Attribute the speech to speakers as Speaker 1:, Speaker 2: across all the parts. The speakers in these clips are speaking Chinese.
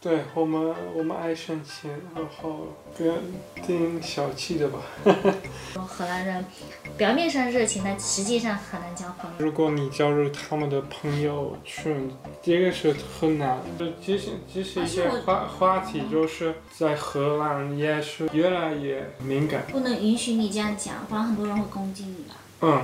Speaker 1: 对我们，我们爱省钱，然后不要挺小气的吧。
Speaker 2: 荷兰人表面上热情，但实际上很难交朋友。
Speaker 1: 如果你加入他们的朋友圈，这个是很难。就即使即使一些
Speaker 3: 而且我
Speaker 1: 话话题，就是在荷兰也是越来越敏感。
Speaker 3: 不能允许你这样讲，不然很多人会攻击你的。
Speaker 1: 嗯，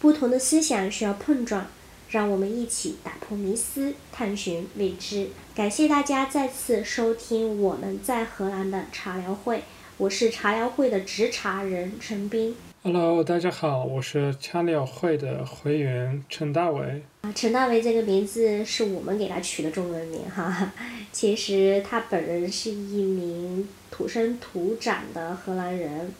Speaker 4: 不同的思想需要碰撞，让我们一起打破迷思，探寻未知。感谢大家再次收听我们在荷兰的茶聊会，我是茶聊会的执茶人陈斌。
Speaker 1: Hello，大家好，我是茶鸟会的会员陈大伟。
Speaker 4: 啊，陈大为这个名字是我们给他取的中文名哈。其实他本人是一名土生土长的荷兰人。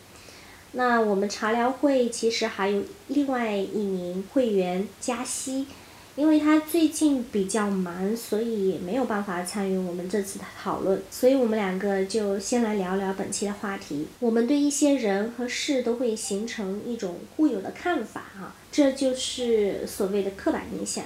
Speaker 4: 那我们茶聊会其实还有另外一名会员嘉熙，因为他最近比较忙，所以也没有办法参与我们这次的讨论，所以我们两个就先来聊聊本期的话题。我们对一些人和事都会形成一种固有的看法啊，这就是所谓的刻板印象。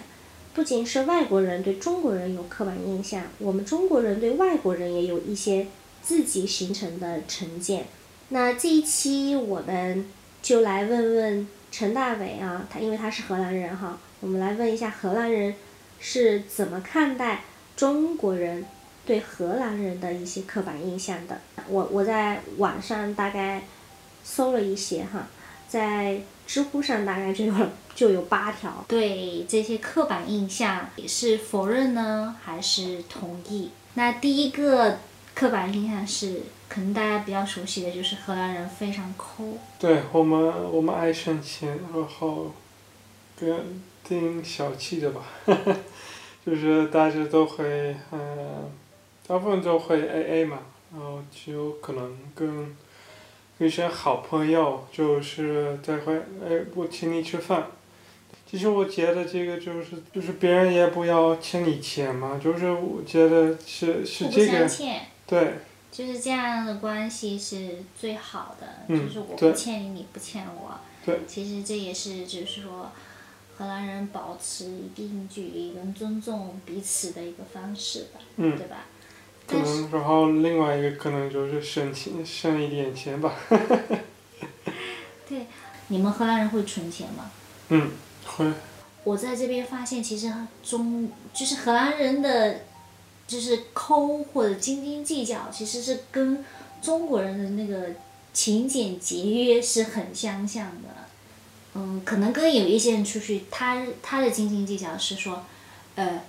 Speaker 4: 不仅是外国人对中国人有刻板印象，我们中国人对外国人也有一些自己形成的成见。那这一期我们就来问问陈大伟啊，他因为他是荷兰人哈，我们来问一下荷兰人是怎么看待中国人对荷兰人的一些刻板印象的。我我在网上大概搜了一些哈，在知乎上大概就有就有八条。
Speaker 2: 对这些刻板印象也是否认呢，还是同意？那第一个刻板印象是，可能大家比较熟悉的就是荷兰人非常抠。
Speaker 1: 对我们，我们爱省钱，然后不要挺小气的吧， 就是大家都会，嗯、大部分都会 A A 嘛，然后就可能跟跟一些好朋友，就是在会，哎，我请你吃饭。其实我觉得这个就是就是别人也不要欠你钱嘛，就是我觉得是是
Speaker 2: 互不
Speaker 1: 这
Speaker 2: 相
Speaker 1: 个
Speaker 2: 欠，
Speaker 1: 对
Speaker 2: 就是这样的关系是最好的，
Speaker 1: 嗯
Speaker 2: 就是我
Speaker 1: 对
Speaker 2: 不欠你，你不欠我。
Speaker 1: 对
Speaker 2: 其实这也是就是说，荷兰人保持一定距离跟尊重彼此的一个方式吧，
Speaker 1: 嗯。
Speaker 2: 对吧？
Speaker 1: 可
Speaker 2: 但是
Speaker 1: 能，然后另外一个可能就是省钱，省一点钱吧。
Speaker 2: 你们荷兰人会存钱吗？
Speaker 1: 嗯，会，
Speaker 2: 我在这边发现，其实中就是荷兰人的，就是抠或者斤斤计较，其实是跟中国人的那个勤俭节约是很相像的。嗯，可能跟有一些人出去，他他的斤斤计较是说，呃，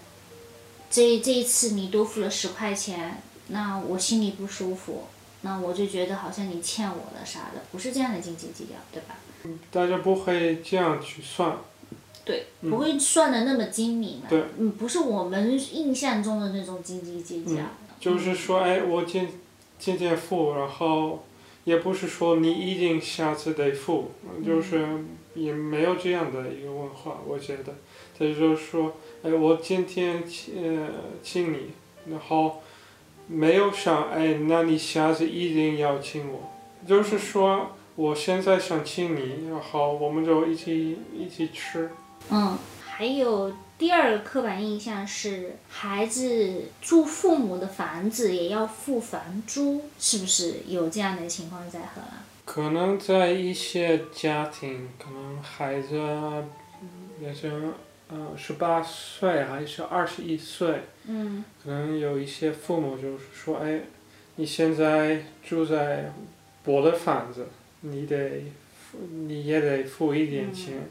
Speaker 2: 这这一次你多付了十块钱，那我心里不舒服，那我就觉得好像你欠我的啥的，不是这样的斤斤计较，对吧？
Speaker 1: 大家不会这样去算。
Speaker 2: 对，
Speaker 1: 嗯
Speaker 2: 不会算的那么精明啊。
Speaker 1: 对
Speaker 2: 嗯，不是我们印象中的那种斤斤计较。
Speaker 1: 嗯就是说，哎，我今今天付，然后也不是说你一定下次得付，就是也没有这样的一个文化，我觉得。他就是说，哎，我今天请呃请你，然后没有想，哎，那你下次一定要请我，就是说我现在想请你，然后我们就一起一起吃，
Speaker 2: 嗯，还有第二个刻板印象是，孩子住父母的房子也要付房租，是不是有这样的情况在荷兰？
Speaker 1: 可能在一些家庭，可能孩子嗯也是嗯十八岁还是二十一岁，
Speaker 2: 嗯
Speaker 1: 可能有一些父母就是说，哎，你现在住在我的房子，你得付你也得付一点钱，
Speaker 2: 嗯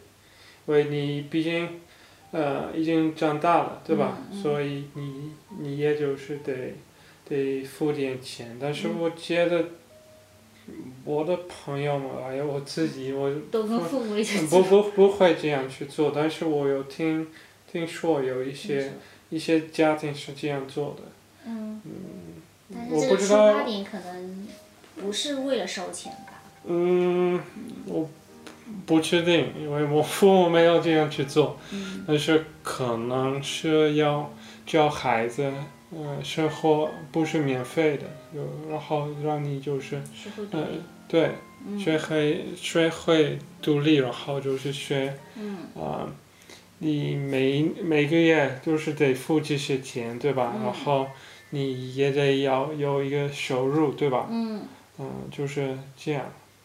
Speaker 1: 因为你毕竟呃已经长大了，对吧？
Speaker 2: 嗯嗯
Speaker 1: 所以你你也就是得得付点钱，但
Speaker 2: 嗯
Speaker 1: 是我觉得。我的朋友们，还有我自己，我
Speaker 2: 都跟父母一起
Speaker 1: 不
Speaker 2: 住。
Speaker 1: 不不会这样去做，但是我有听听说有一些一些家庭是这样做的，
Speaker 2: 嗯，但是
Speaker 1: 我
Speaker 2: 这
Speaker 1: 不
Speaker 2: 个
Speaker 1: 知
Speaker 2: 出
Speaker 1: 道
Speaker 2: 发，点可能不是为了收钱吧？
Speaker 1: 嗯，我不确定，因为我父母没有这样去做，
Speaker 2: 嗯
Speaker 1: 但是可能是要教孩子，呃嗯、生活不是免费的，有然后让你就是
Speaker 2: 学会独
Speaker 1: 嗯
Speaker 2: 立。
Speaker 1: 对，学会学会独立，然后就是学
Speaker 2: 嗯
Speaker 1: 啊、你每每个月就是得付这些钱，对吧？
Speaker 2: 嗯
Speaker 1: 然后你也得要有一个收入，对吧？
Speaker 2: 嗯，
Speaker 1: 嗯、就是这样，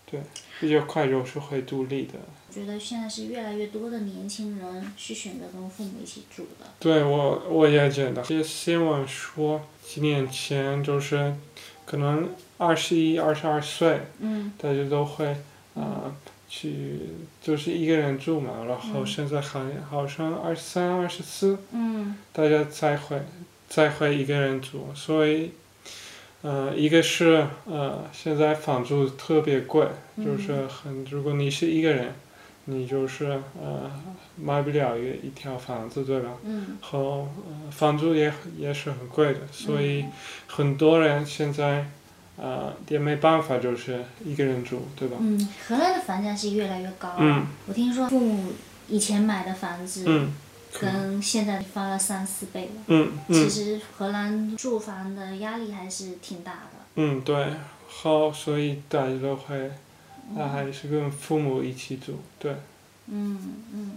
Speaker 1: 对，比较快就是会独立的。
Speaker 2: 我觉得现在是越来越多的年轻人是选择跟父母一起住的。
Speaker 1: 对我我也觉得，这新闻说几年前就是可能二十一、二十二岁，
Speaker 2: 嗯
Speaker 1: 大家都会啊、呃去就是一个人住嘛，然后现在好好像二十三、二十四，
Speaker 2: 嗯
Speaker 1: 大家再会再会一个人住，所以，呃，一个是呃，现在房租特别贵，就是很，如果你是一个人，你就是呃买不了一个一条房子，对吧？
Speaker 2: 嗯
Speaker 1: 然后、呃、房租也也是很贵的，所以很多人现在呃也没办法，就是一个人住，对吧？
Speaker 2: 嗯，荷兰的房价是越来越高了。
Speaker 1: 嗯
Speaker 2: 我听说父母以前买的房子，
Speaker 1: 嗯
Speaker 2: 跟现在翻了三四倍了。
Speaker 1: 嗯嗯
Speaker 2: 其实荷兰住房的压力还是挺大的。
Speaker 1: 嗯，对，好，所以大家都会，那还是跟父母一起住，对。
Speaker 2: 嗯嗯，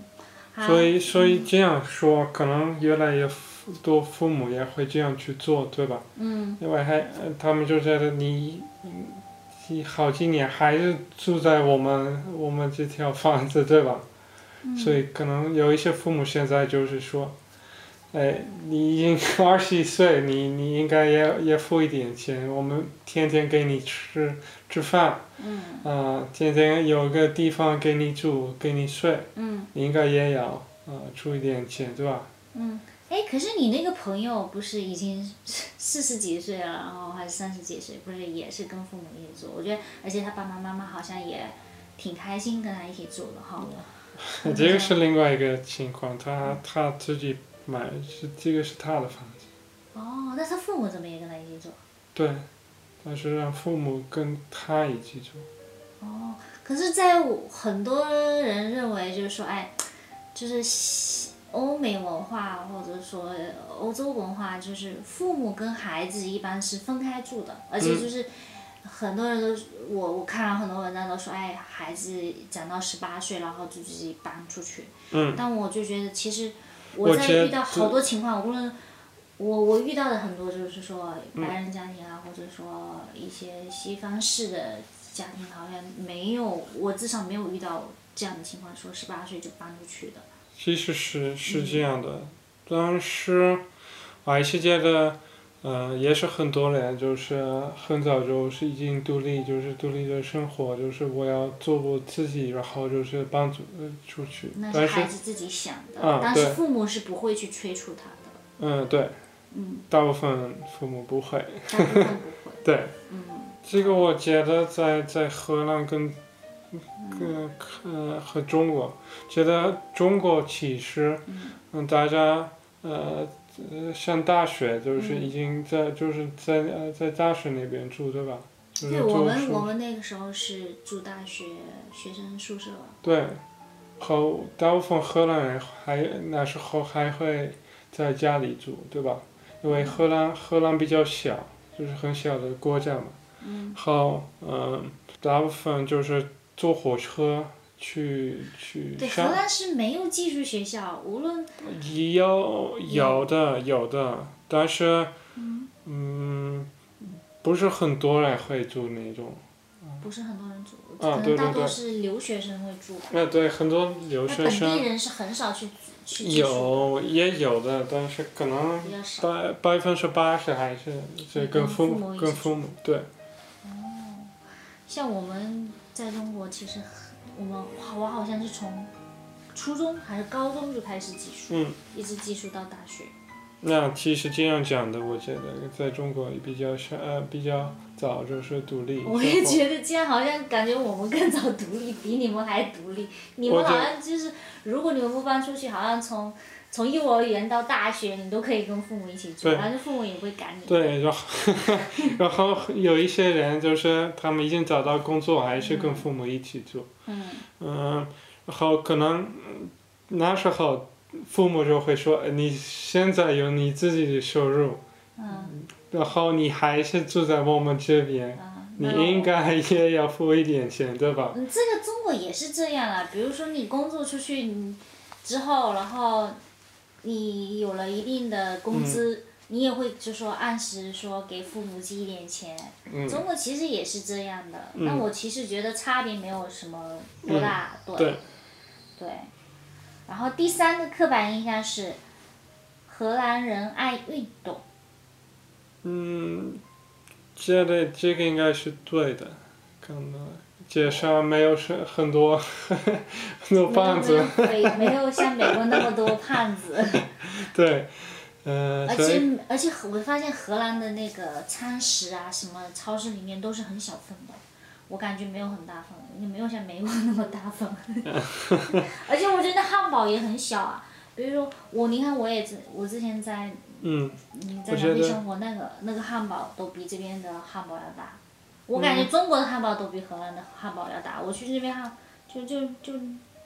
Speaker 2: 还
Speaker 1: 所以，所以这样说，可能越来越父多父母也会这样去做，对吧？
Speaker 2: 嗯
Speaker 1: 因为还呃他们就觉得你，你好几年还是住在我们我们这条房子，对吧？所以可能有一些父母现在就是说，哎，你已经 二十一岁，你你应该也也付一点钱，我们天天给你吃吃饭，啊、
Speaker 2: 嗯
Speaker 1: 天天有个地方给你住，给你睡。
Speaker 2: 嗯
Speaker 1: 你应该也要啊、呃出一点钱，对吧？
Speaker 2: 嗯，哎、可是你那个朋友不是已经四十几岁了，然后还是三十几岁，不是也是跟父母一起住？我觉得，而且他爸爸妈妈好像也挺开心跟他一起住的哈。
Speaker 1: 这个是另外一个情况，
Speaker 2: 嗯
Speaker 1: 他他自己买是这个是他的房子，
Speaker 2: 哦，那他父母怎么也跟他一起住？
Speaker 1: 对，但是让父母跟他一起住，
Speaker 2: 哦，可是，在我很多人认为就是说，哎，就是西欧美文化或者说呃欧洲文化，就是父母跟孩子一般是分开住的，
Speaker 1: 嗯
Speaker 2: 而且就是很多人都是我我看了很多文章都说，哎，孩子长到十八岁，然后就自己搬出去。
Speaker 1: 嗯
Speaker 2: 但我就觉得，其实
Speaker 1: 我
Speaker 2: 我在
Speaker 1: 觉得
Speaker 2: 遇到好多情况，无论我我遇到的很多就是说
Speaker 1: 嗯
Speaker 2: 白人家庭啊，或者说一些西方式的家庭，好像没有，我至少没有遇到这样的情况，说十八岁就搬出去的。
Speaker 1: 其实是是这样的，但是我还是觉得，呃，也是很多人就是很早就是已经独立，就是独立的生活，就是我要做我自己，然后就是帮助呃出去，
Speaker 2: 那
Speaker 1: 但
Speaker 2: 是
Speaker 1: 是
Speaker 2: 孩子自己想的，
Speaker 1: 啊
Speaker 2: 但是
Speaker 1: 对
Speaker 2: 父母是不会去催促他的，
Speaker 1: 嗯，对，
Speaker 2: 嗯，
Speaker 1: 大部分父母不会，
Speaker 2: 大部分不会。
Speaker 1: 对。
Speaker 2: 嗯
Speaker 1: 这个我觉得在在荷兰跟跟呃和中国，觉得中国其实
Speaker 2: 嗯
Speaker 1: 嗯大家呃呃上大学就是
Speaker 2: 嗯
Speaker 1: 已经在、就是在呃在大学那边住对吧？就是
Speaker 2: 对我
Speaker 1: 住
Speaker 2: 们，
Speaker 1: 宿
Speaker 2: 我们那个时候是住大学学生宿舍，
Speaker 1: 对，和大部分荷兰人还那时候还会在家里住对吧？因为荷兰荷兰比较小，就是很小的国家嘛。
Speaker 2: 嗯
Speaker 1: 好，嗯，大部分就是坐火车去去
Speaker 2: 对，荷
Speaker 1: 上，
Speaker 2: 兰是没有寄宿学校，无论
Speaker 1: 有有的有的，但是嗯，不是很多人会住那种。
Speaker 2: 不是很多人住，
Speaker 1: 啊
Speaker 2: 可能
Speaker 1: 对对
Speaker 2: 大
Speaker 1: 对
Speaker 2: 多是留学生会住，
Speaker 1: 那对很多留
Speaker 2: 那
Speaker 1: 学
Speaker 2: 本地
Speaker 1: 生
Speaker 2: 人是很少去去寄宿
Speaker 1: 有也有的，但是可能
Speaker 2: 比较少。
Speaker 1: 百百分之八十还是是跟
Speaker 2: 嗯跟
Speaker 1: 父
Speaker 2: 父
Speaker 1: 母
Speaker 2: 母一
Speaker 1: 跟
Speaker 2: 起
Speaker 1: 父母对。
Speaker 2: 像我们在中国，其实很我们我好像是从初中还是高中就开始寄宿，
Speaker 1: 嗯
Speaker 2: 一直寄宿到大学。
Speaker 1: 那其实这样讲的，我觉得在中国也比较是呃比较早就是独立生活。
Speaker 2: 我也觉得这样好像感觉我们更早独立，比你们还独立。你们
Speaker 1: 我觉
Speaker 2: 好
Speaker 1: 得
Speaker 2: 像就是，如果你们不搬出去，好像从从幼儿园到大学，你都可以跟父母一起住，
Speaker 1: 对
Speaker 2: 然后父母也不会赶你。
Speaker 1: 对，然后 然后有一些人就是他们已经找到工作，还是跟父母一起住，
Speaker 2: 嗯
Speaker 1: 嗯，然后可能嗯那时候父母就会说，呃你现在有你自己的收入，
Speaker 2: 嗯
Speaker 1: 然后你还是住在我们这边，
Speaker 2: 嗯
Speaker 1: 你应该也要付一点钱，对吧？
Speaker 2: 嗯，这个中国也是这样啊。比如说你工作出去你之后，然后你有了一定的
Speaker 1: 嗯
Speaker 2: 工资，你也会就说按时说给父母寄一点钱。
Speaker 1: 嗯，
Speaker 2: 中国其实也是这样的，
Speaker 1: 嗯
Speaker 2: 但我其实觉得差别没有什么多大，
Speaker 1: 对，
Speaker 2: 对。然后第三个刻板印象是，荷兰人爱运动。
Speaker 1: 嗯，这类这个应该是对的，可能街上没有是很多 很多胖子，
Speaker 2: 没有没有没有像美国那么多胖子，
Speaker 1: 对，嗯、
Speaker 2: 而
Speaker 1: 所以
Speaker 2: 且呃而且我发现荷兰的那个餐食啊，什么超市里面都是很小份的，我感觉没有很大份，也没有像美国那么大份。 而且我觉得汉堡也很小啊，比如说我，你看我也之我之前在
Speaker 1: 嗯，
Speaker 2: 你在
Speaker 1: 我
Speaker 2: 南
Speaker 1: 觉
Speaker 2: 非
Speaker 1: 得
Speaker 2: 生活，那个那个汉堡都比这边的汉堡要大，
Speaker 1: 嗯
Speaker 2: 我感觉中国的汉堡都比荷兰的汉堡要大。我去那边汉就就就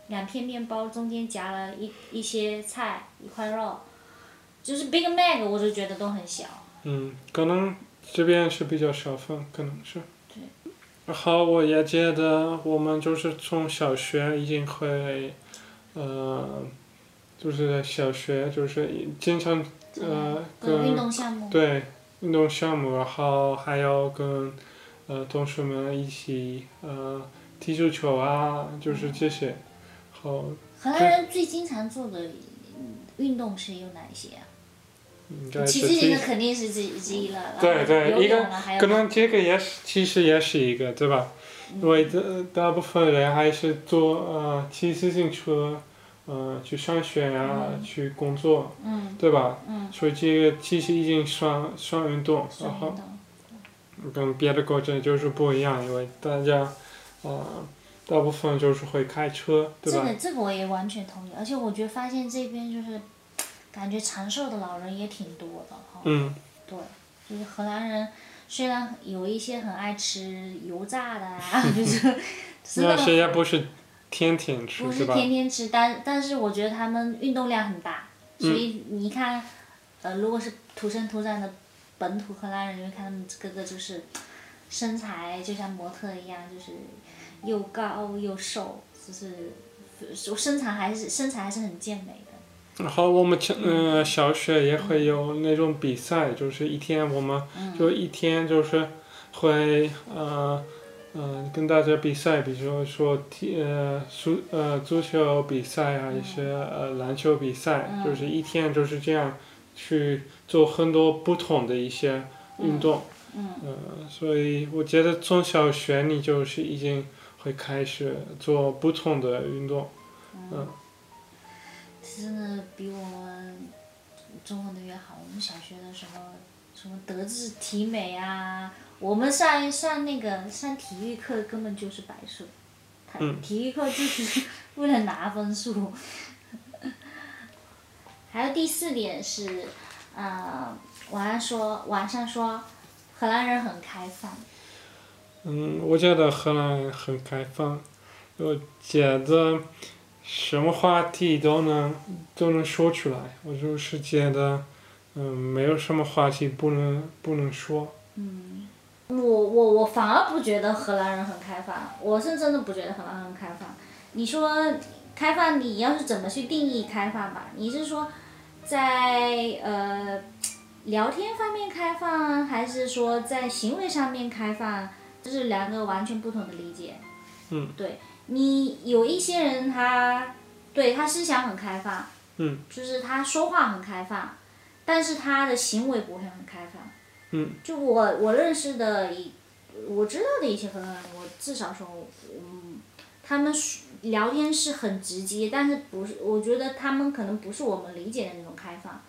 Speaker 2: 两片面包中间夹了一一些菜一块肉，就是 Big Mac 我就觉得都很小。
Speaker 1: 嗯，可能这边是比较少分，可能是。
Speaker 2: 对。
Speaker 1: 然后我也觉得我们就是从小学已经会，呃，就是在小学就是经常呃
Speaker 2: 各种运
Speaker 1: 跟
Speaker 2: 动项目，
Speaker 1: 对运动项目，然后还有跟呃同学们一起呃踢足球啊，就是这些。好，
Speaker 2: 荷兰人最经常做的嗯运动是有哪一些啊？
Speaker 1: 应该
Speaker 2: 骑
Speaker 1: 是
Speaker 2: 自行
Speaker 1: 踢
Speaker 2: 车。肯定是之之一了，然后
Speaker 1: 对对
Speaker 2: 游
Speaker 1: 一个
Speaker 2: 泳了还有
Speaker 1: 可能这个也是，其实也是一个，对吧？因为大大部分人还是坐呃骑自行车，呃去上学啊，去工作，
Speaker 2: 嗯
Speaker 1: 对吧？
Speaker 2: 嗯，
Speaker 1: 所以这个其实已经算算运动，
Speaker 2: 算
Speaker 1: 然
Speaker 2: 运
Speaker 1: 后
Speaker 2: 动。
Speaker 1: 跟别的国家就是不一样，因为大家，呃，大部分就是会开车，对
Speaker 2: 这
Speaker 1: 吧
Speaker 2: 个？这个我也完全同意，而且我觉得发现这边就是，感觉长寿的老人也挺多的哈、
Speaker 1: 嗯
Speaker 2: 对，就是荷兰人虽然有一些很爱吃油炸 的啊，就是吃
Speaker 1: 那
Speaker 2: 的
Speaker 1: 些也不是天天吃
Speaker 2: 不，
Speaker 1: 对
Speaker 2: 是
Speaker 1: 吧？
Speaker 2: 天天吃，但但是我觉得他们运动量很大，所以你看，呃，如果是土生土长的本土荷兰人，你会看他们个个就是身材就像模特一样，就是又高又瘦，就是呃身材还是身材还是很健美的。
Speaker 1: 然后我们小呃小学也会有那种比赛，就是一天我们
Speaker 2: 嗯
Speaker 1: 就一天就是会呃呃跟大家比赛，比如说踢呃足呃足球比赛啊，一些
Speaker 2: 嗯
Speaker 1: 呃篮球比赛，就是一天就是这样去做很多不同的一些运动。
Speaker 2: 嗯
Speaker 1: 呃，所以我觉得从小学你就是已经会开始做不同的运动。
Speaker 2: 嗯真的比我们中文的越好。我们小学的时候，什么德智体美啊，我们上上那个上体育课根本就是白睡，他
Speaker 1: 嗯
Speaker 2: 体育课就是为了拿分数。 还有第四点是，呃，晚上说晚上说，荷兰人很开放，
Speaker 1: 嗯，我觉得荷兰很开放，我觉得什么话题都能都能说出来。我就是觉得，嗯，没有什么话题不能不能说。
Speaker 2: 我我我反而不觉得荷兰人很开放，我是真的不觉得荷兰人很开放。你说开放，你要是怎么去定义开放吧？你是说在呃聊天方面开放，还是说在行为上面开放？这是两个完全不同的理解。
Speaker 1: 嗯，
Speaker 2: 对你有一些人他对他思想很开放，
Speaker 1: 嗯，
Speaker 2: 就是他说话很开放，但是他的行为不会很开放。
Speaker 1: 嗯，
Speaker 2: 就我我认识的一我知道的一些荷兰人，我至少说，嗯，他们是聊天是很直接，但是不是我觉得他们可能不是我们理解的那种开放，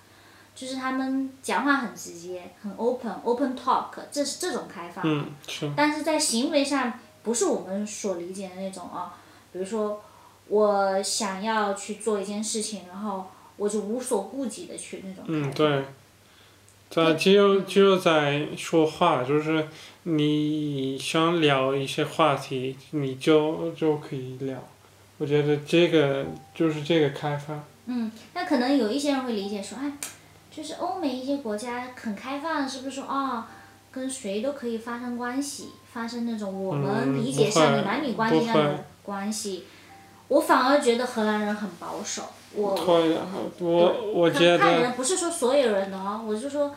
Speaker 2: 就是他们讲话很直接，很 open open talk，这是这种开放。
Speaker 1: 嗯，是，
Speaker 2: 但是在行为上不是我们所理解的那种啊、比如说我想要去做一件事情，然后我就无所顾忌的去那种开放。
Speaker 1: 嗯，对。在只有只有在说话，就是你想聊一些话题，你就就可以聊。我觉得这个就是这个开放。
Speaker 2: 嗯，那可能有一些人会理解说，哎，就是欧美一些国家很开放，是不是说哦，跟谁都可以发生关系，发生那种我
Speaker 1: 嗯
Speaker 2: 们理解上的
Speaker 1: 不会
Speaker 2: 男女关系上
Speaker 1: 不会
Speaker 2: 的关系。我反而觉得荷兰人很保守，我
Speaker 1: 会的，我我
Speaker 2: 看
Speaker 1: 觉
Speaker 2: 看
Speaker 1: 得
Speaker 2: 人不是说所有人的哦，我就说，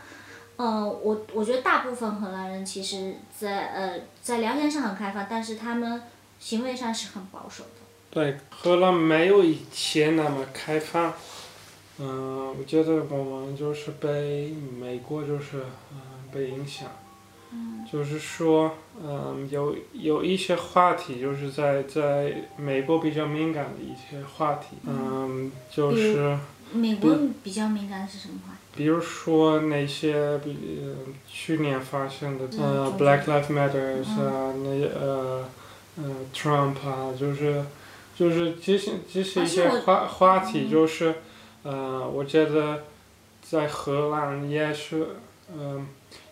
Speaker 2: 嗯、我我觉得大部分荷兰人其实在呃在聊天上很开放，但是他们行为上是很保守的。
Speaker 1: 对荷兰没有以前那么开放。嗯、我觉得我们就是被美国就是嗯、被影响，就是说嗯、有有一些话题就是在在美国比较敏感的一些话题，嗯、就是。
Speaker 2: 美国比较敏感是什么话？
Speaker 1: 比如说那些比、呃、去年发生的呃
Speaker 2: 嗯
Speaker 1: Black Lives Matter 啊，那呃呃 Trump 啊，就是就是这些这些
Speaker 2: 而
Speaker 1: 一
Speaker 2: 且
Speaker 1: 些
Speaker 2: 我嗯
Speaker 1: 话话题，就是呃，我觉得在荷兰也是嗯、呃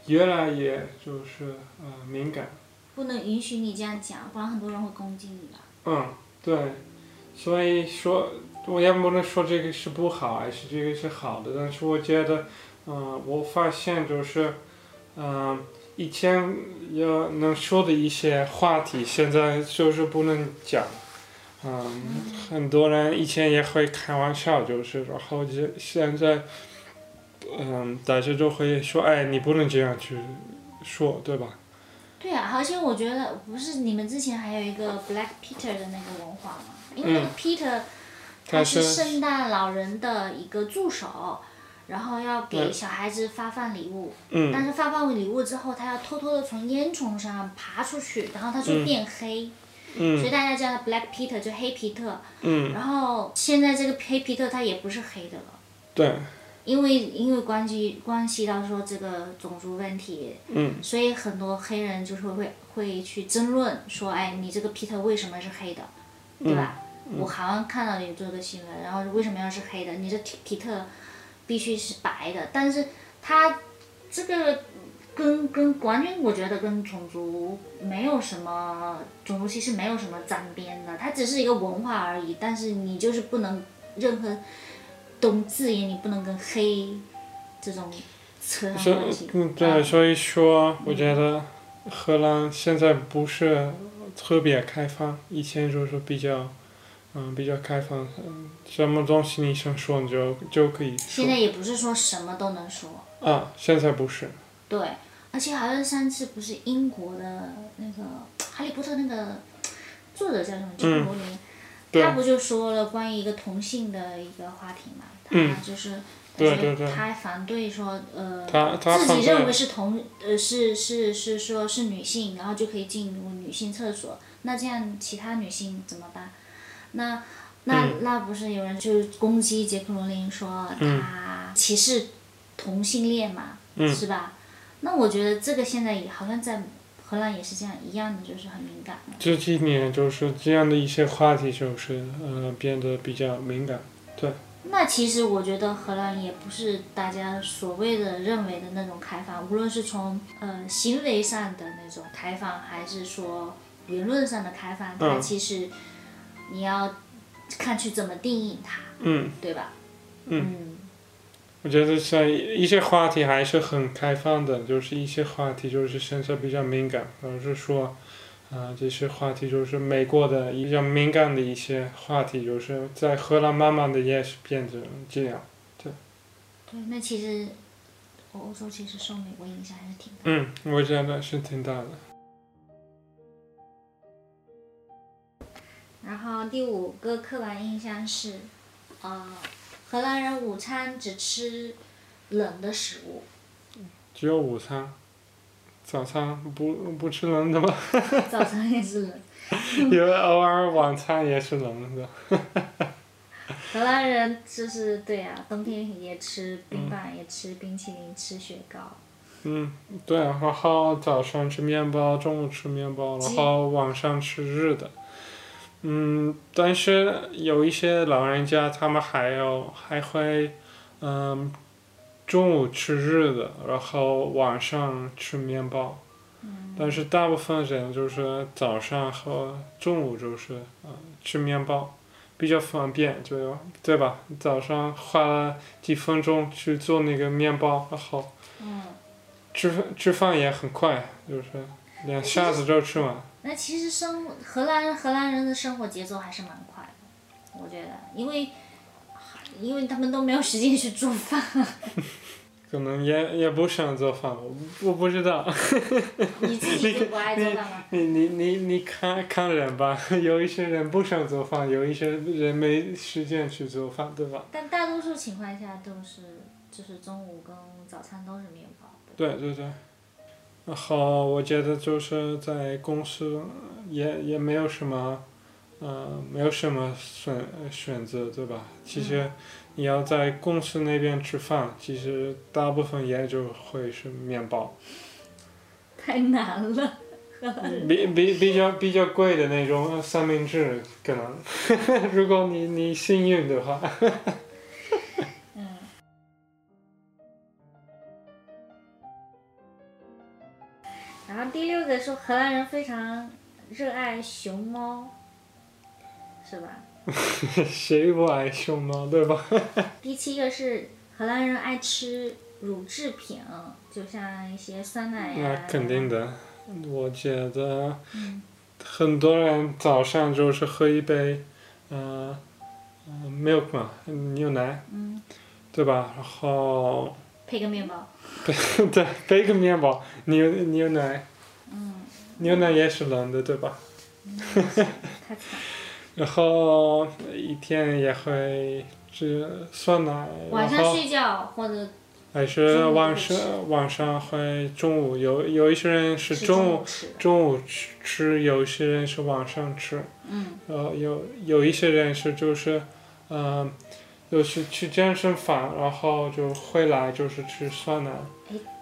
Speaker 1: 越来越就是呃敏感，
Speaker 2: 不能允许你这样讲，不然很多人会攻击你的。
Speaker 1: 嗯，对，所以说我也不能说这个是不好，还是这个是好的，但是我觉得，嗯、我发现就是，嗯、以前要能说的一些话题，现在就是不能讲。嗯，很多人以前也会开玩笑，就是然后就现在，嗯，大家就会说，哎，你不能这样去说，对吧？
Speaker 2: 对啊，而且我觉得不是你们之前还有一个 Black Peter 的那个文化吗？因为那个 Peter 他
Speaker 1: 但
Speaker 2: 是
Speaker 1: 嗯是
Speaker 2: 圣诞老人的一个助手，然后要给
Speaker 1: 嗯
Speaker 2: 小孩子发放礼物，
Speaker 1: 嗯
Speaker 2: 但是发放礼物之后，他要偷偷的从烟囱上爬出去，然后他就变黑，所以
Speaker 1: 嗯
Speaker 2: 大家叫他 Black Peter，就黑皮特。
Speaker 1: 嗯，
Speaker 2: 然后现在这个黑皮特他也不是黑的了，
Speaker 1: 对，
Speaker 2: 因为因为关系关系到说这个种族问题，
Speaker 1: 嗯。
Speaker 2: 所以很多黑人就是会会去争论说，哎，你这个 Peter 为什么是黑的，对吧？
Speaker 1: 嗯
Speaker 2: 我好像看到有这个新闻，然后为什么要是黑的？你这皮皮特必须是白的，但是他这个跟跟完全我觉得跟种族没有什么种族歧视没有什么沾边的，它只是一个文化而已。但是你就是不能任何懂字眼，你不能跟黑这种啊扯
Speaker 1: 所
Speaker 2: 上关系
Speaker 1: 以。嗯，对，
Speaker 2: 嗯
Speaker 1: 所以说，我觉得荷兰现在不是特别开放，以前就是比较，嗯，比较开放，嗯什么东西你想说你就就可以说
Speaker 2: 现。在也不是说什么都能说，
Speaker 1: 啊，现在不是，
Speaker 2: 对，而且好像上次不是英国的那个《哈利波特》那个作者叫什么？就是罗琳，
Speaker 1: 嗯对
Speaker 2: 他不就说了关于一个同性的一个话题嘛？
Speaker 1: 嗯
Speaker 2: 他就是。
Speaker 1: 对
Speaker 2: 他
Speaker 1: 对
Speaker 2: 说
Speaker 1: 对
Speaker 2: 他反对说，呃，
Speaker 1: 他他
Speaker 2: 自
Speaker 1: 反
Speaker 2: 己
Speaker 1: 对
Speaker 2: 认为是同，呃，是是是说是女性，然后就可以进入女性厕所，那这样其他女性怎么办？那那、
Speaker 1: 嗯
Speaker 2: 那不是有人就攻击杰克罗琳说他歧视同性恋嘛，
Speaker 1: 嗯
Speaker 2: 是吧？那我觉得这个现在也好像在荷兰也是这样一样的，就是很敏感嘛。
Speaker 1: 这几年就是这样的一些话题，就是呃变得比较敏感。
Speaker 2: 那其实我觉得荷兰也不是大家所谓的认为的那种开放，无论是从呃行为上的那种开放，还是说言论上的开放，它
Speaker 1: 嗯
Speaker 2: 其实你要看去怎么定义它，
Speaker 1: 嗯，
Speaker 2: 对吧？嗯
Speaker 1: 我觉得像一些话题还是很开放的，就是一些话题就是现在比较敏感，而是说，啊、这些话题就是美国的比较敏感的一些话题，就是在荷兰慢慢的也是变成这样。
Speaker 2: 对，那其实欧洲其实受美国影响还是挺大的。
Speaker 1: 嗯，我觉得是挺大的。
Speaker 2: 然后第五个刻板印象是，呃，荷兰人午餐只吃冷的食物。
Speaker 1: 只有午餐，早餐不不吃冷的吧？
Speaker 2: 早餐也是冷。
Speaker 1: 因为偶尔晚餐也是冷的。
Speaker 2: 荷兰人就是对啊，冬天也吃冰棒，也吃冰淇淋，吃雪糕。
Speaker 1: 嗯，对，然后早上吃面包，中午吃面包，然
Speaker 2: 鸡
Speaker 1: 后晚上吃热的。嗯，但是有一些老人家，他们还有还会，嗯，中午吃热的，然后晚上吃面包。但是大部分人就是早上和中午就是嗯吃面包，比较方便，就对吧？早上花了几分钟去做那个面包，然后
Speaker 2: 嗯，
Speaker 1: 吃饭吃饭也很快，就是两下子就吃完。
Speaker 2: 那其实生荷兰荷兰人的生活节奏还是蛮快的，我觉得，因为因为他们都没有时间去做饭。
Speaker 1: 可能也也不想做饭吧，我不我不知道。
Speaker 2: 你自己就不爱做饭吗？
Speaker 1: 你你你你看看人吧， 有一些人不想做饭，有一些人没时间去做饭，对吧？
Speaker 2: 但大多数情况下都是就是中午跟早餐都是面包的。
Speaker 1: 对对对。然后我觉得就是在公司也也没有什么，呃，没有什么选选择，对吧？其实你要在公司那边吃饭，其实大部分也就会是面包，
Speaker 2: 太难了，荷兰人
Speaker 1: 比比比较比较贵的那种呃三明治，可能， 如果你你幸运的话。
Speaker 2: 嗯，
Speaker 4: 然后第六个说荷兰人非常热爱熊猫，
Speaker 2: 是吧？
Speaker 1: 谁不爱熊猫，对吧？
Speaker 2: 啊
Speaker 4: 第七个是荷兰人爱吃乳制品，就像一些酸奶呀、
Speaker 1: 那
Speaker 4: 嗯
Speaker 1: 肯定的，我觉得很多人早上就是喝一杯，嗯、呃、，milk 嘛，牛奶，
Speaker 2: 嗯
Speaker 1: 对吧？然后
Speaker 2: 配个面包，
Speaker 1: 对，杯个面包，牛牛奶，
Speaker 2: 嗯，
Speaker 1: 牛奶也是冷的，对吧？
Speaker 2: 太惨了。
Speaker 1: 然后一天也会吃酸奶，
Speaker 2: 晚
Speaker 1: 然
Speaker 2: 上
Speaker 1: 后
Speaker 2: 睡觉或者
Speaker 1: 还
Speaker 2: 中
Speaker 1: 哎是
Speaker 2: 午
Speaker 1: 晚
Speaker 2: 会吃
Speaker 1: 上晚上会中午有有一些人是
Speaker 2: 吃
Speaker 1: 中午
Speaker 2: 午吃，
Speaker 1: 中午吃吃，有些人是晚上吃，
Speaker 2: 嗯
Speaker 1: 呃，有有一些人是就是，嗯、就是去健身房，然后就回来就是吃酸奶。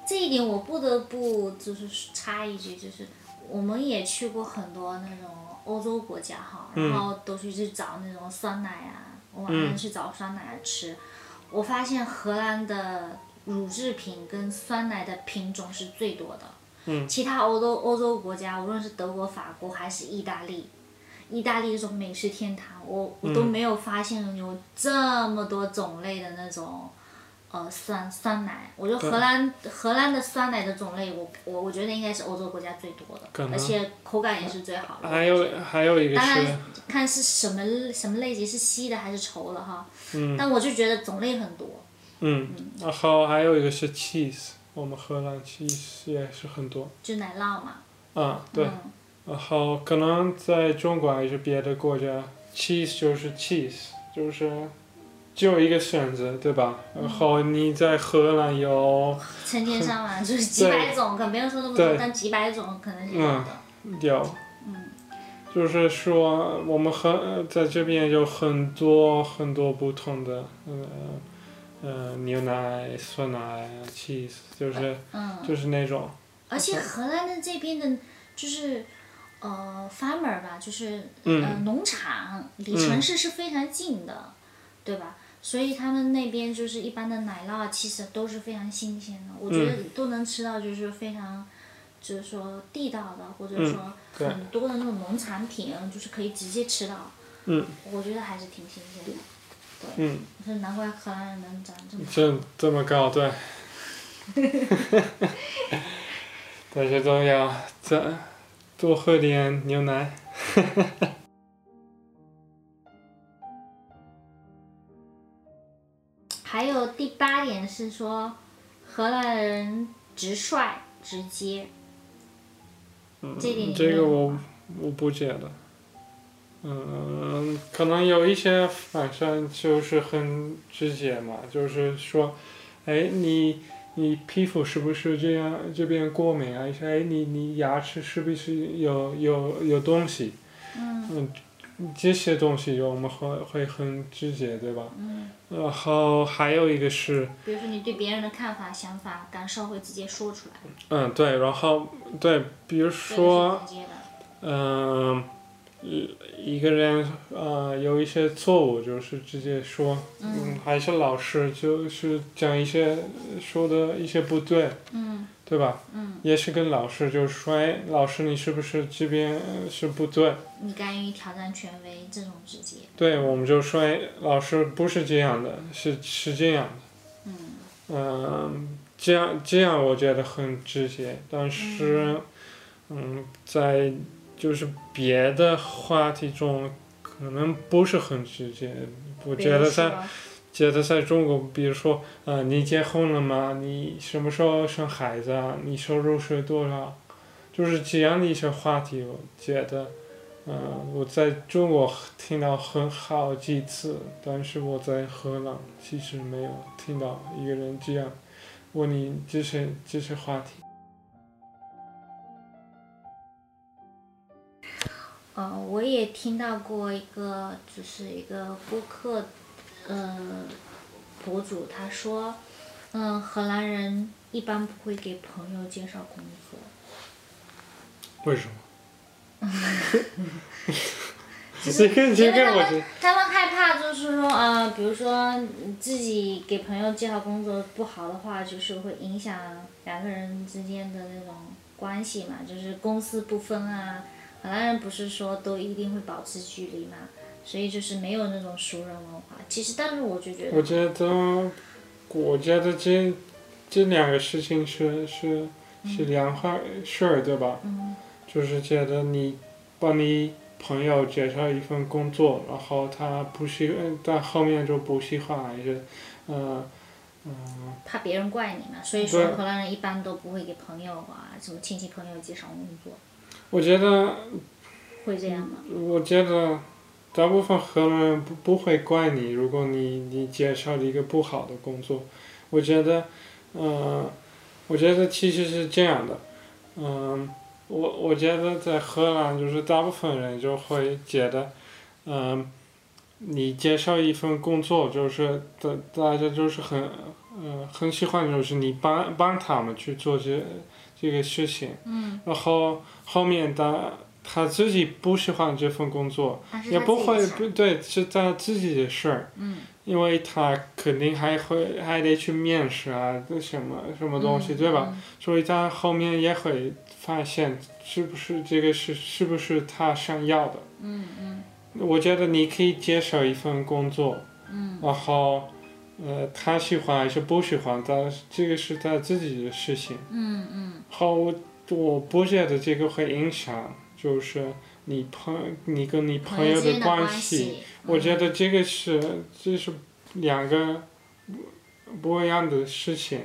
Speaker 2: 这一点我不得不就是插一句，就是我们也去过很多那种欧洲国家哈，
Speaker 1: 嗯
Speaker 2: 然后都去去找那种酸奶啊，我晚上去找酸奶吃。我发现荷兰的乳制品跟酸奶的品种是最多的。
Speaker 1: 嗯
Speaker 2: 其他欧洲欧洲国家，无论是德国、法国还是意大利，意大利这种美食天堂，我我都
Speaker 1: 嗯
Speaker 2: 没有发现有这么多种类的那种，呃，酸酸奶。我觉得
Speaker 1: 对
Speaker 2: 荷兰荷兰的酸奶的种类，我我我觉得应该是欧洲国家最多的
Speaker 1: 可，能
Speaker 2: 而且口感也是最好的。
Speaker 1: 还有还有一个
Speaker 2: 当
Speaker 1: 是
Speaker 2: 然，看是什么什么类型，是稀的还是稠的哈。
Speaker 1: 嗯
Speaker 2: 但我就觉得种类很多。
Speaker 1: 嗯，然后还有一个是 cheese，我们荷兰 cheese 也是很多。
Speaker 2: 就奶酪嘛，
Speaker 1: 啊，对，
Speaker 2: 嗯
Speaker 1: 然后可能在中国还是别的国家，cheese 就是 cheese，就是只有一个选择，对吧？然后你在荷兰有
Speaker 2: 成千上 万，就是几
Speaker 1: 对
Speaker 2: 百种，可能没有说那么多
Speaker 1: 对，嗯
Speaker 2: 但几百种可能是有的。
Speaker 1: 有，就是说我们很在这边有很多很多不同的，呃呃，牛奶、酸奶、cheese，就是
Speaker 2: 嗯，
Speaker 1: 就是那种，
Speaker 2: 而且荷兰的这边的，就是呃，farmer 吧，就是、呃
Speaker 1: 嗯，
Speaker 2: 农场离城市是非常近的，对吧？所以他们那边就是一般的奶酪啊，其实都是非常新鲜的，我觉
Speaker 1: 嗯
Speaker 2: 得都能吃到，就是非常。就是说地道的，或者说
Speaker 1: 嗯对
Speaker 2: 很多的那种农产品，就是可以直接吃到，
Speaker 1: 嗯
Speaker 2: 我觉得还是挺新鲜的。
Speaker 1: 嗯，
Speaker 2: 所以难怪荷兰人能长这 么
Speaker 1: 这这么高，
Speaker 2: 高
Speaker 1: 对。但是都要再多喝点牛奶。
Speaker 2: 还有第八点是说，荷兰人直率直接，
Speaker 1: 嗯
Speaker 2: 这点你
Speaker 1: 这
Speaker 2: 认
Speaker 1: 个
Speaker 2: 同
Speaker 1: 我
Speaker 2: 吗
Speaker 1: 我不觉得。嗯，可能有一些反正就是很直接嘛，就是说，哎，你你皮肤是不是这样这边过敏啊？哎，你你牙齿是不是有有有东西？
Speaker 2: 嗯
Speaker 1: 这些东西我们会会很直接，对吧？
Speaker 2: 嗯，
Speaker 1: 然后还有一个是，
Speaker 2: 比如说你对别人的看法、想法、感受会直接说出来，
Speaker 1: 嗯，对，然后对，比如
Speaker 2: 这
Speaker 1: 说
Speaker 2: 个，是直接的，
Speaker 1: 嗯、一一个人呃有一些错误，就是直接说，嗯
Speaker 2: 嗯，
Speaker 1: 还是老师就是讲一些说的一些不对，
Speaker 2: 嗯
Speaker 1: 对吧？
Speaker 2: 嗯，
Speaker 1: 也是跟老师就是说，哎，老师你是不是这边呃是不对？
Speaker 2: 你甘于挑战权威这种直接，
Speaker 1: 对，我们就说，哎，老师不是这样的，是是这样的。
Speaker 2: 嗯
Speaker 1: 嗯，这样这样我觉得很直接，但是，嗯，在就是别的话题中可能不是很直接。我
Speaker 2: 比
Speaker 1: 觉
Speaker 2: 如
Speaker 1: 得在
Speaker 2: 说
Speaker 1: 觉得在中国，比如说，呃，你结婚了吗？你什么时候生孩子啊？你收入是多少？就是这样的一些话题，我觉得，嗯、我在中国听到很好几次，但是我在荷兰其实没有听到一个人这样问你这些这些话题。
Speaker 2: 呃，我也听到过一个，就是一个播客，呃，博主他说，嗯、荷兰人一般不会给朋友介绍工作，
Speaker 1: 为什么？这个这
Speaker 2: 因为
Speaker 1: 个
Speaker 2: 他
Speaker 1: 我觉
Speaker 2: 们他们害怕，就是说，呃，比如说嗯自己给朋友介绍工作不好的话，就是会影响两个人之间的那种关系嘛，就是公私不分啊。荷兰人不是说都一定会保持距离嘛，所以就是没有那种熟人文化。其实，但是我就觉
Speaker 1: 我
Speaker 2: 得，
Speaker 1: 觉得，我觉得这这两个事情是是是两回事儿，对吧？
Speaker 2: 嗯
Speaker 1: 就是觉得你帮你朋友介绍一份工作，然后他不喜，但后面就不喜欢，还是，嗯、嗯、
Speaker 2: 怕别人怪你嘛，所以
Speaker 1: 对
Speaker 2: 说荷兰人一般都不会给朋友啊、什么亲戚朋友介绍工作，
Speaker 1: 我觉得，
Speaker 2: 会这样吗？
Speaker 1: 我觉得。大部分荷兰人不不会怪你，如果你你介绍了一个不好的工作，我觉得，嗯，我觉得其实是这样的，嗯，我我觉得在荷兰就是大部分人就会觉得，嗯，你介绍一份工作就是大大家就是很呃很喜欢就是你帮帮他们去做这这个事情，
Speaker 2: 嗯，
Speaker 1: 然后后面他他自己不喜欢这份工作，
Speaker 2: 嗯但是
Speaker 1: 也
Speaker 2: 他
Speaker 1: 不
Speaker 2: 自己
Speaker 1: 会
Speaker 2: 想
Speaker 1: 不对，是他自己的事儿。
Speaker 2: 嗯
Speaker 1: 因为他肯定还会还得去面试啊，这什么什么东西，
Speaker 2: 嗯
Speaker 1: 对吧？
Speaker 2: 嗯
Speaker 1: 所以他后面也会发现是不是这个是是不是他想要的。
Speaker 2: 嗯嗯
Speaker 1: 我觉得你可以接受一份工作，
Speaker 2: 嗯
Speaker 1: 然后，呃，他喜欢还是不喜欢，但是这个是他自己的事情。
Speaker 2: 嗯嗯
Speaker 1: 好，我我不觉得这个会影响，就是你朋你跟你朋友的
Speaker 2: 之嗯间的
Speaker 1: 关系。
Speaker 2: 系，
Speaker 1: 我觉
Speaker 2: 得
Speaker 1: 得这个是这是两个不不一样的事情，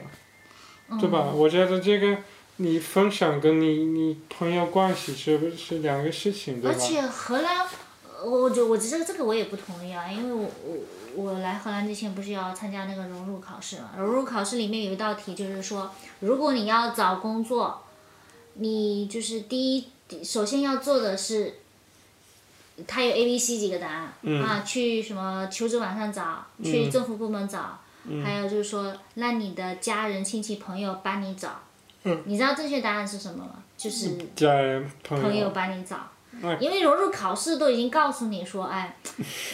Speaker 2: 嗯
Speaker 1: 对吧？？我觉得这个你分享跟你你朋友关系是不是两个事情，对
Speaker 2: 而
Speaker 1: 吧？
Speaker 2: 且荷兰，呃我就我觉得这个我也不同意啊，因为我我我来荷兰之前不是要参加那个融入考试嘛，融入考试里面有一道题就是说，如果你要找工作，你就是第一首先要做的是。它有 A、B、C 几个答案、
Speaker 1: 嗯
Speaker 2: 啊，去什么求职网上找，去政府部门找，
Speaker 1: 嗯
Speaker 2: 还有就是说让你的家人、亲戚、朋友帮你找。
Speaker 1: 嗯
Speaker 2: 你知道正确答案是什么吗？就是
Speaker 1: 家人朋
Speaker 2: 朋友帮你找
Speaker 1: 哎。
Speaker 2: 因为融入考试都已经告诉你说，哎，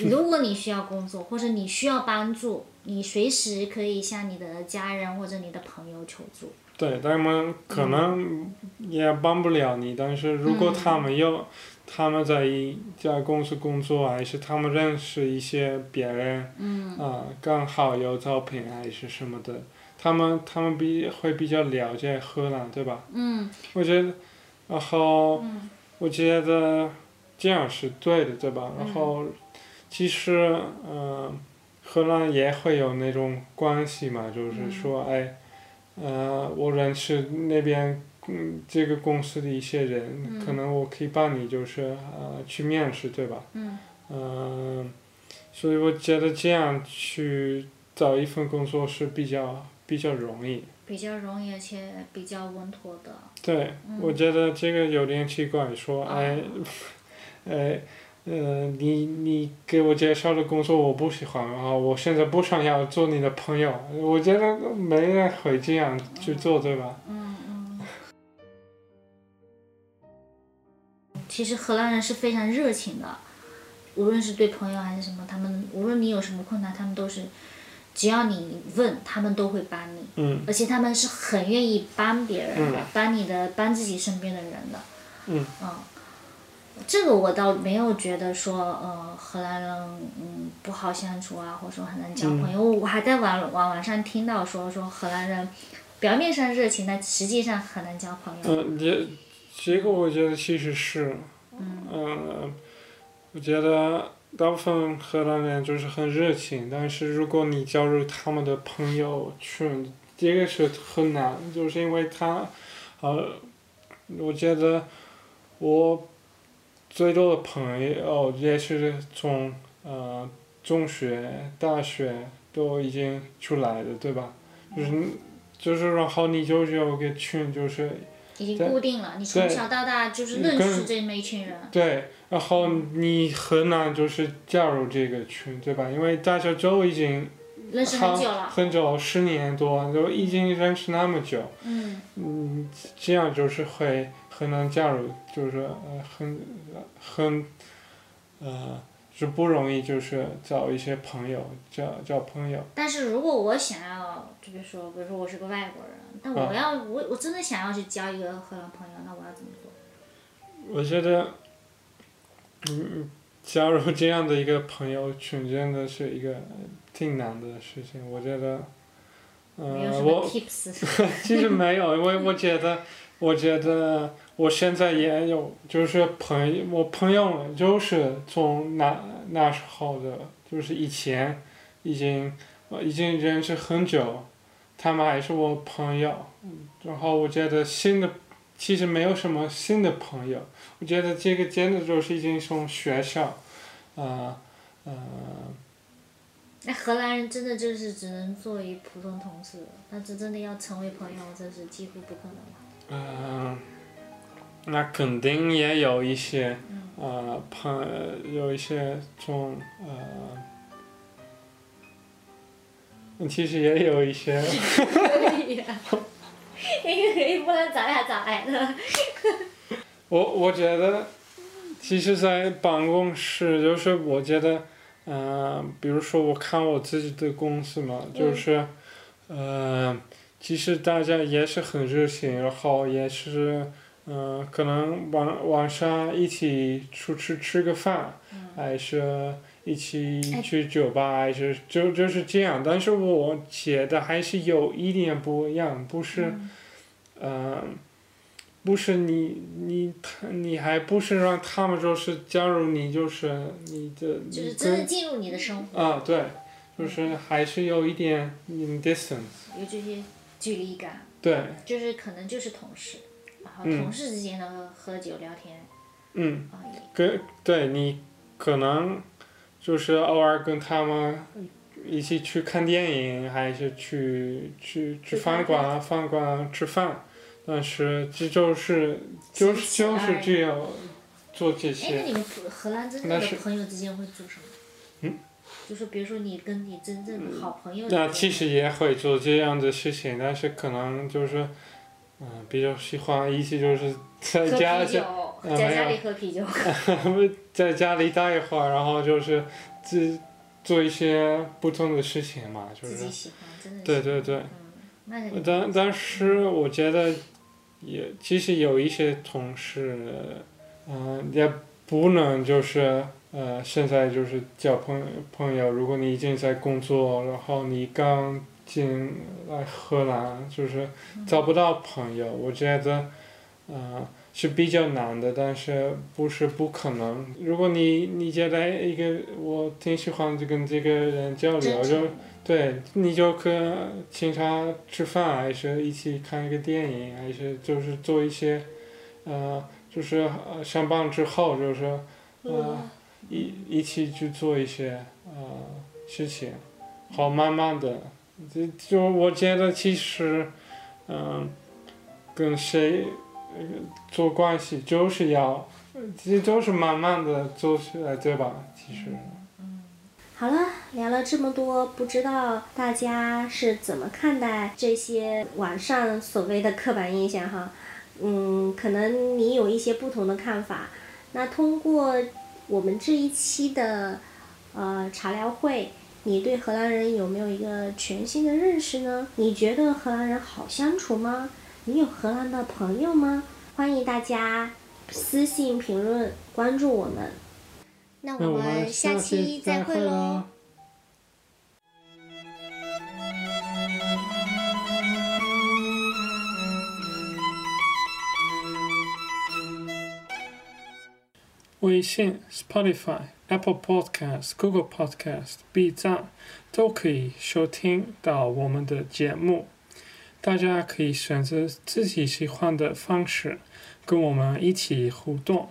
Speaker 2: 如果你需要工作或者你需要帮助，你随时可以向你的家人或者你的朋友求助。
Speaker 1: 对他们可能也帮不了你，但是如果他们有、他们在一家公司工作，还是他们认识一些别人，
Speaker 2: 嗯
Speaker 1: 啊、刚好有招聘还是什么的，他们他们比会比较了解荷兰，对吧？
Speaker 2: 嗯
Speaker 1: 我觉得，然后、
Speaker 2: 嗯
Speaker 1: 我觉得这样是对的，对吧？
Speaker 2: 嗯
Speaker 1: 然后其实，嗯、荷兰也会有那种关系嘛，
Speaker 2: 嗯
Speaker 1: 就是说，哎，呃，我认识那边。嗯，这个公司的一些人，
Speaker 2: 嗯
Speaker 1: 可能我可以帮你，就是呃，去面试，对吧？
Speaker 2: 嗯
Speaker 1: 嗯，所以我觉得这样去找一份工作是比较比较容易。
Speaker 2: 比较容易而且比较稳妥的。
Speaker 1: 对，
Speaker 2: 嗯
Speaker 1: 我觉得这个有点奇怪，说
Speaker 2: 啊
Speaker 1: 哎， 哎，呃，你你给我介绍的工作我不喜欢，然后我现在不想要做你的朋友，我觉得没人会这样去啊做，对吧？
Speaker 2: 嗯嗯。 其实荷兰人是非常热情的，无论是对朋友还是什么，他们无论你有什么困难，他们都是，只要你问，他们都会帮你。
Speaker 1: 嗯
Speaker 2: 而且他们是很愿意帮别人的，
Speaker 1: 嗯
Speaker 2: 帮你的，帮自己身边的人的。
Speaker 1: 嗯
Speaker 2: 这个我倒没有觉得说，呃，荷兰人嗯
Speaker 1: 嗯
Speaker 2: 不好相处啊，或者说很难交朋友。我还在网网网上听到说说荷兰人表面上热情，但实际上很难交朋友。
Speaker 1: 嗯，也这个我觉得其实是，嗯、我觉得大部分荷兰人就是很热情，但是如果你加入他们的朋友圈，这个是很难，就是因为他，呃，我觉得我最多的朋友也是从呃中学、大学都已经出来的，对吧？就是就是，然后你就有个群，就是
Speaker 2: 已经
Speaker 1: 对
Speaker 2: 固定了，你从
Speaker 1: 对
Speaker 2: 小到大就是
Speaker 1: 嗯
Speaker 2: 认
Speaker 1: 跟
Speaker 2: 识这么一群人，
Speaker 1: 对，然后你很难就是加入这个群，对吧？因为大家都已经
Speaker 2: 认识很久了，
Speaker 1: 很久，十年多，都已经认识那么久，
Speaker 2: 嗯，
Speaker 1: 嗯，这样就是会很难加入，就是呃很很呃是不容易，就是找一些朋友，交交朋友。
Speaker 2: 但是如果我想要，就比如说，比如说我是个外国人，但我
Speaker 1: 嗯
Speaker 2: 要、我我真的想要去交一个荷兰朋友，那我要怎么做？
Speaker 1: 我觉得，嗯，加入这样的一个朋友圈真的是一个呃挺难的事情。我觉得，
Speaker 2: 没有
Speaker 1: 呃，
Speaker 2: 什么
Speaker 1: 我
Speaker 2: tips，
Speaker 1: 其实没有，因为我觉得，我觉得我现在也有，就是朋友，我朋友就是从那那时候的，就是以前已经呃已经认识很久，他们还是我朋友。然后我觉得新的其实没有什么新的朋友，我觉得这个真的就是已经从学校，啊、呃，
Speaker 2: 那荷兰人真的就是只能作为普通同事了，但是真的要成为朋友，这是几乎不可能了。
Speaker 1: 嗯，那肯定也有一些，呃，朋有一些从呃，其实也有一些，
Speaker 2: 对呀，啊 因为不然咱俩咋来的？
Speaker 1: 我我觉得，其实，在办公室，就是我觉得，嗯、比如说，我看我自己的公司嘛，就是，嗯、其实大家也是很热情，然后也是，嗯、可能晚晚上一起出去吃个饭，还是一起
Speaker 2: 哎
Speaker 1: 去酒吧，还是就就是这样。但是我觉得还是有一点不一样，不是，嗯、不是你你他你还不是让他们就是加入你就是你的
Speaker 2: 就
Speaker 1: 你
Speaker 2: 是真的
Speaker 1: 跟
Speaker 2: 进入你的生活，
Speaker 1: 啊对，就是还是有一点嗯 distance
Speaker 2: 有这些距离感，
Speaker 1: 对
Speaker 2: 就是可能就是同事，然后
Speaker 1: 嗯
Speaker 2: 同事之间的喝酒聊天
Speaker 1: 嗯
Speaker 2: 啊也
Speaker 1: 跟对你可能就是偶尔跟他们一起去看电影，还是去去去
Speaker 2: 去咖
Speaker 1: 饭
Speaker 2: 啡
Speaker 1: 馆饭馆吃饭，但是这就是就是
Speaker 2: 兴
Speaker 1: 就
Speaker 2: 趣
Speaker 1: 是
Speaker 2: 爱
Speaker 1: 只有做这
Speaker 2: 哎，那
Speaker 1: 些
Speaker 2: 你们普荷兰真正
Speaker 1: 那
Speaker 2: 的
Speaker 1: 是
Speaker 2: 朋友之间会做什么？
Speaker 1: 嗯，
Speaker 2: 就是比如说你跟你真正的好朋友之间，
Speaker 1: 那其实也会做这样的事情，但是可能就是，嗯、比较喜欢一起就是在
Speaker 2: 喝
Speaker 1: 家
Speaker 2: 啤
Speaker 1: 就
Speaker 2: 酒，
Speaker 1: 嗯
Speaker 2: 在
Speaker 1: 没
Speaker 2: 家
Speaker 1: 有
Speaker 2: 里喝啤酒，
Speaker 1: 在家里待一会儿，然后就是自做一些不同的事情嘛，就
Speaker 2: 自己
Speaker 1: 是
Speaker 2: 喜欢，真的
Speaker 1: 对
Speaker 2: 是嗯
Speaker 1: 对对。呃
Speaker 2: 那你嗯
Speaker 1: 但但是我觉得也其实有一些同事，嗯、也不能就是呃，现在就是交朋朋友。如果你已经在工作，然后你刚进来荷兰，就是
Speaker 2: 嗯
Speaker 1: 找不到朋友，我觉得，嗯、是比较难的，但是不是不可能。如果你你觉得哎一个我挺喜欢就跟这个人交流，
Speaker 2: 真
Speaker 1: 就
Speaker 2: 诚，
Speaker 1: 对你就跟请他吃饭，啊还是一起看一个电影，还是就是做一些，呃，就是呃上班之后就是呃一一起去做一些呃事情，好慢慢的，这就我觉得其实，嗯、跟谁、呃、做关系就是要，这都是慢慢的做起来，对吧？其实，
Speaker 4: 好了，聊了这么多，不知道大家是怎么看待这些网上所谓的刻板印象哈？嗯，可能你有一些不同的看法。那通过我们这一期的呃茶聊会，你对荷兰人有没有一个全新的认识呢？你觉得荷兰人好相处吗？你有荷兰的朋友吗？欢迎大家私信评论关注我们。
Speaker 2: 那
Speaker 1: 那
Speaker 2: 我
Speaker 1: 我们
Speaker 2: 们下期
Speaker 1: 期
Speaker 2: 再
Speaker 1: 会
Speaker 2: 会喽
Speaker 1: 喽。。微信、Spotify、Apple Podcast、Google Podcast、B 站都可以收听到我们的节目。大家可以选择自己喜欢的方式，跟我们一起互动。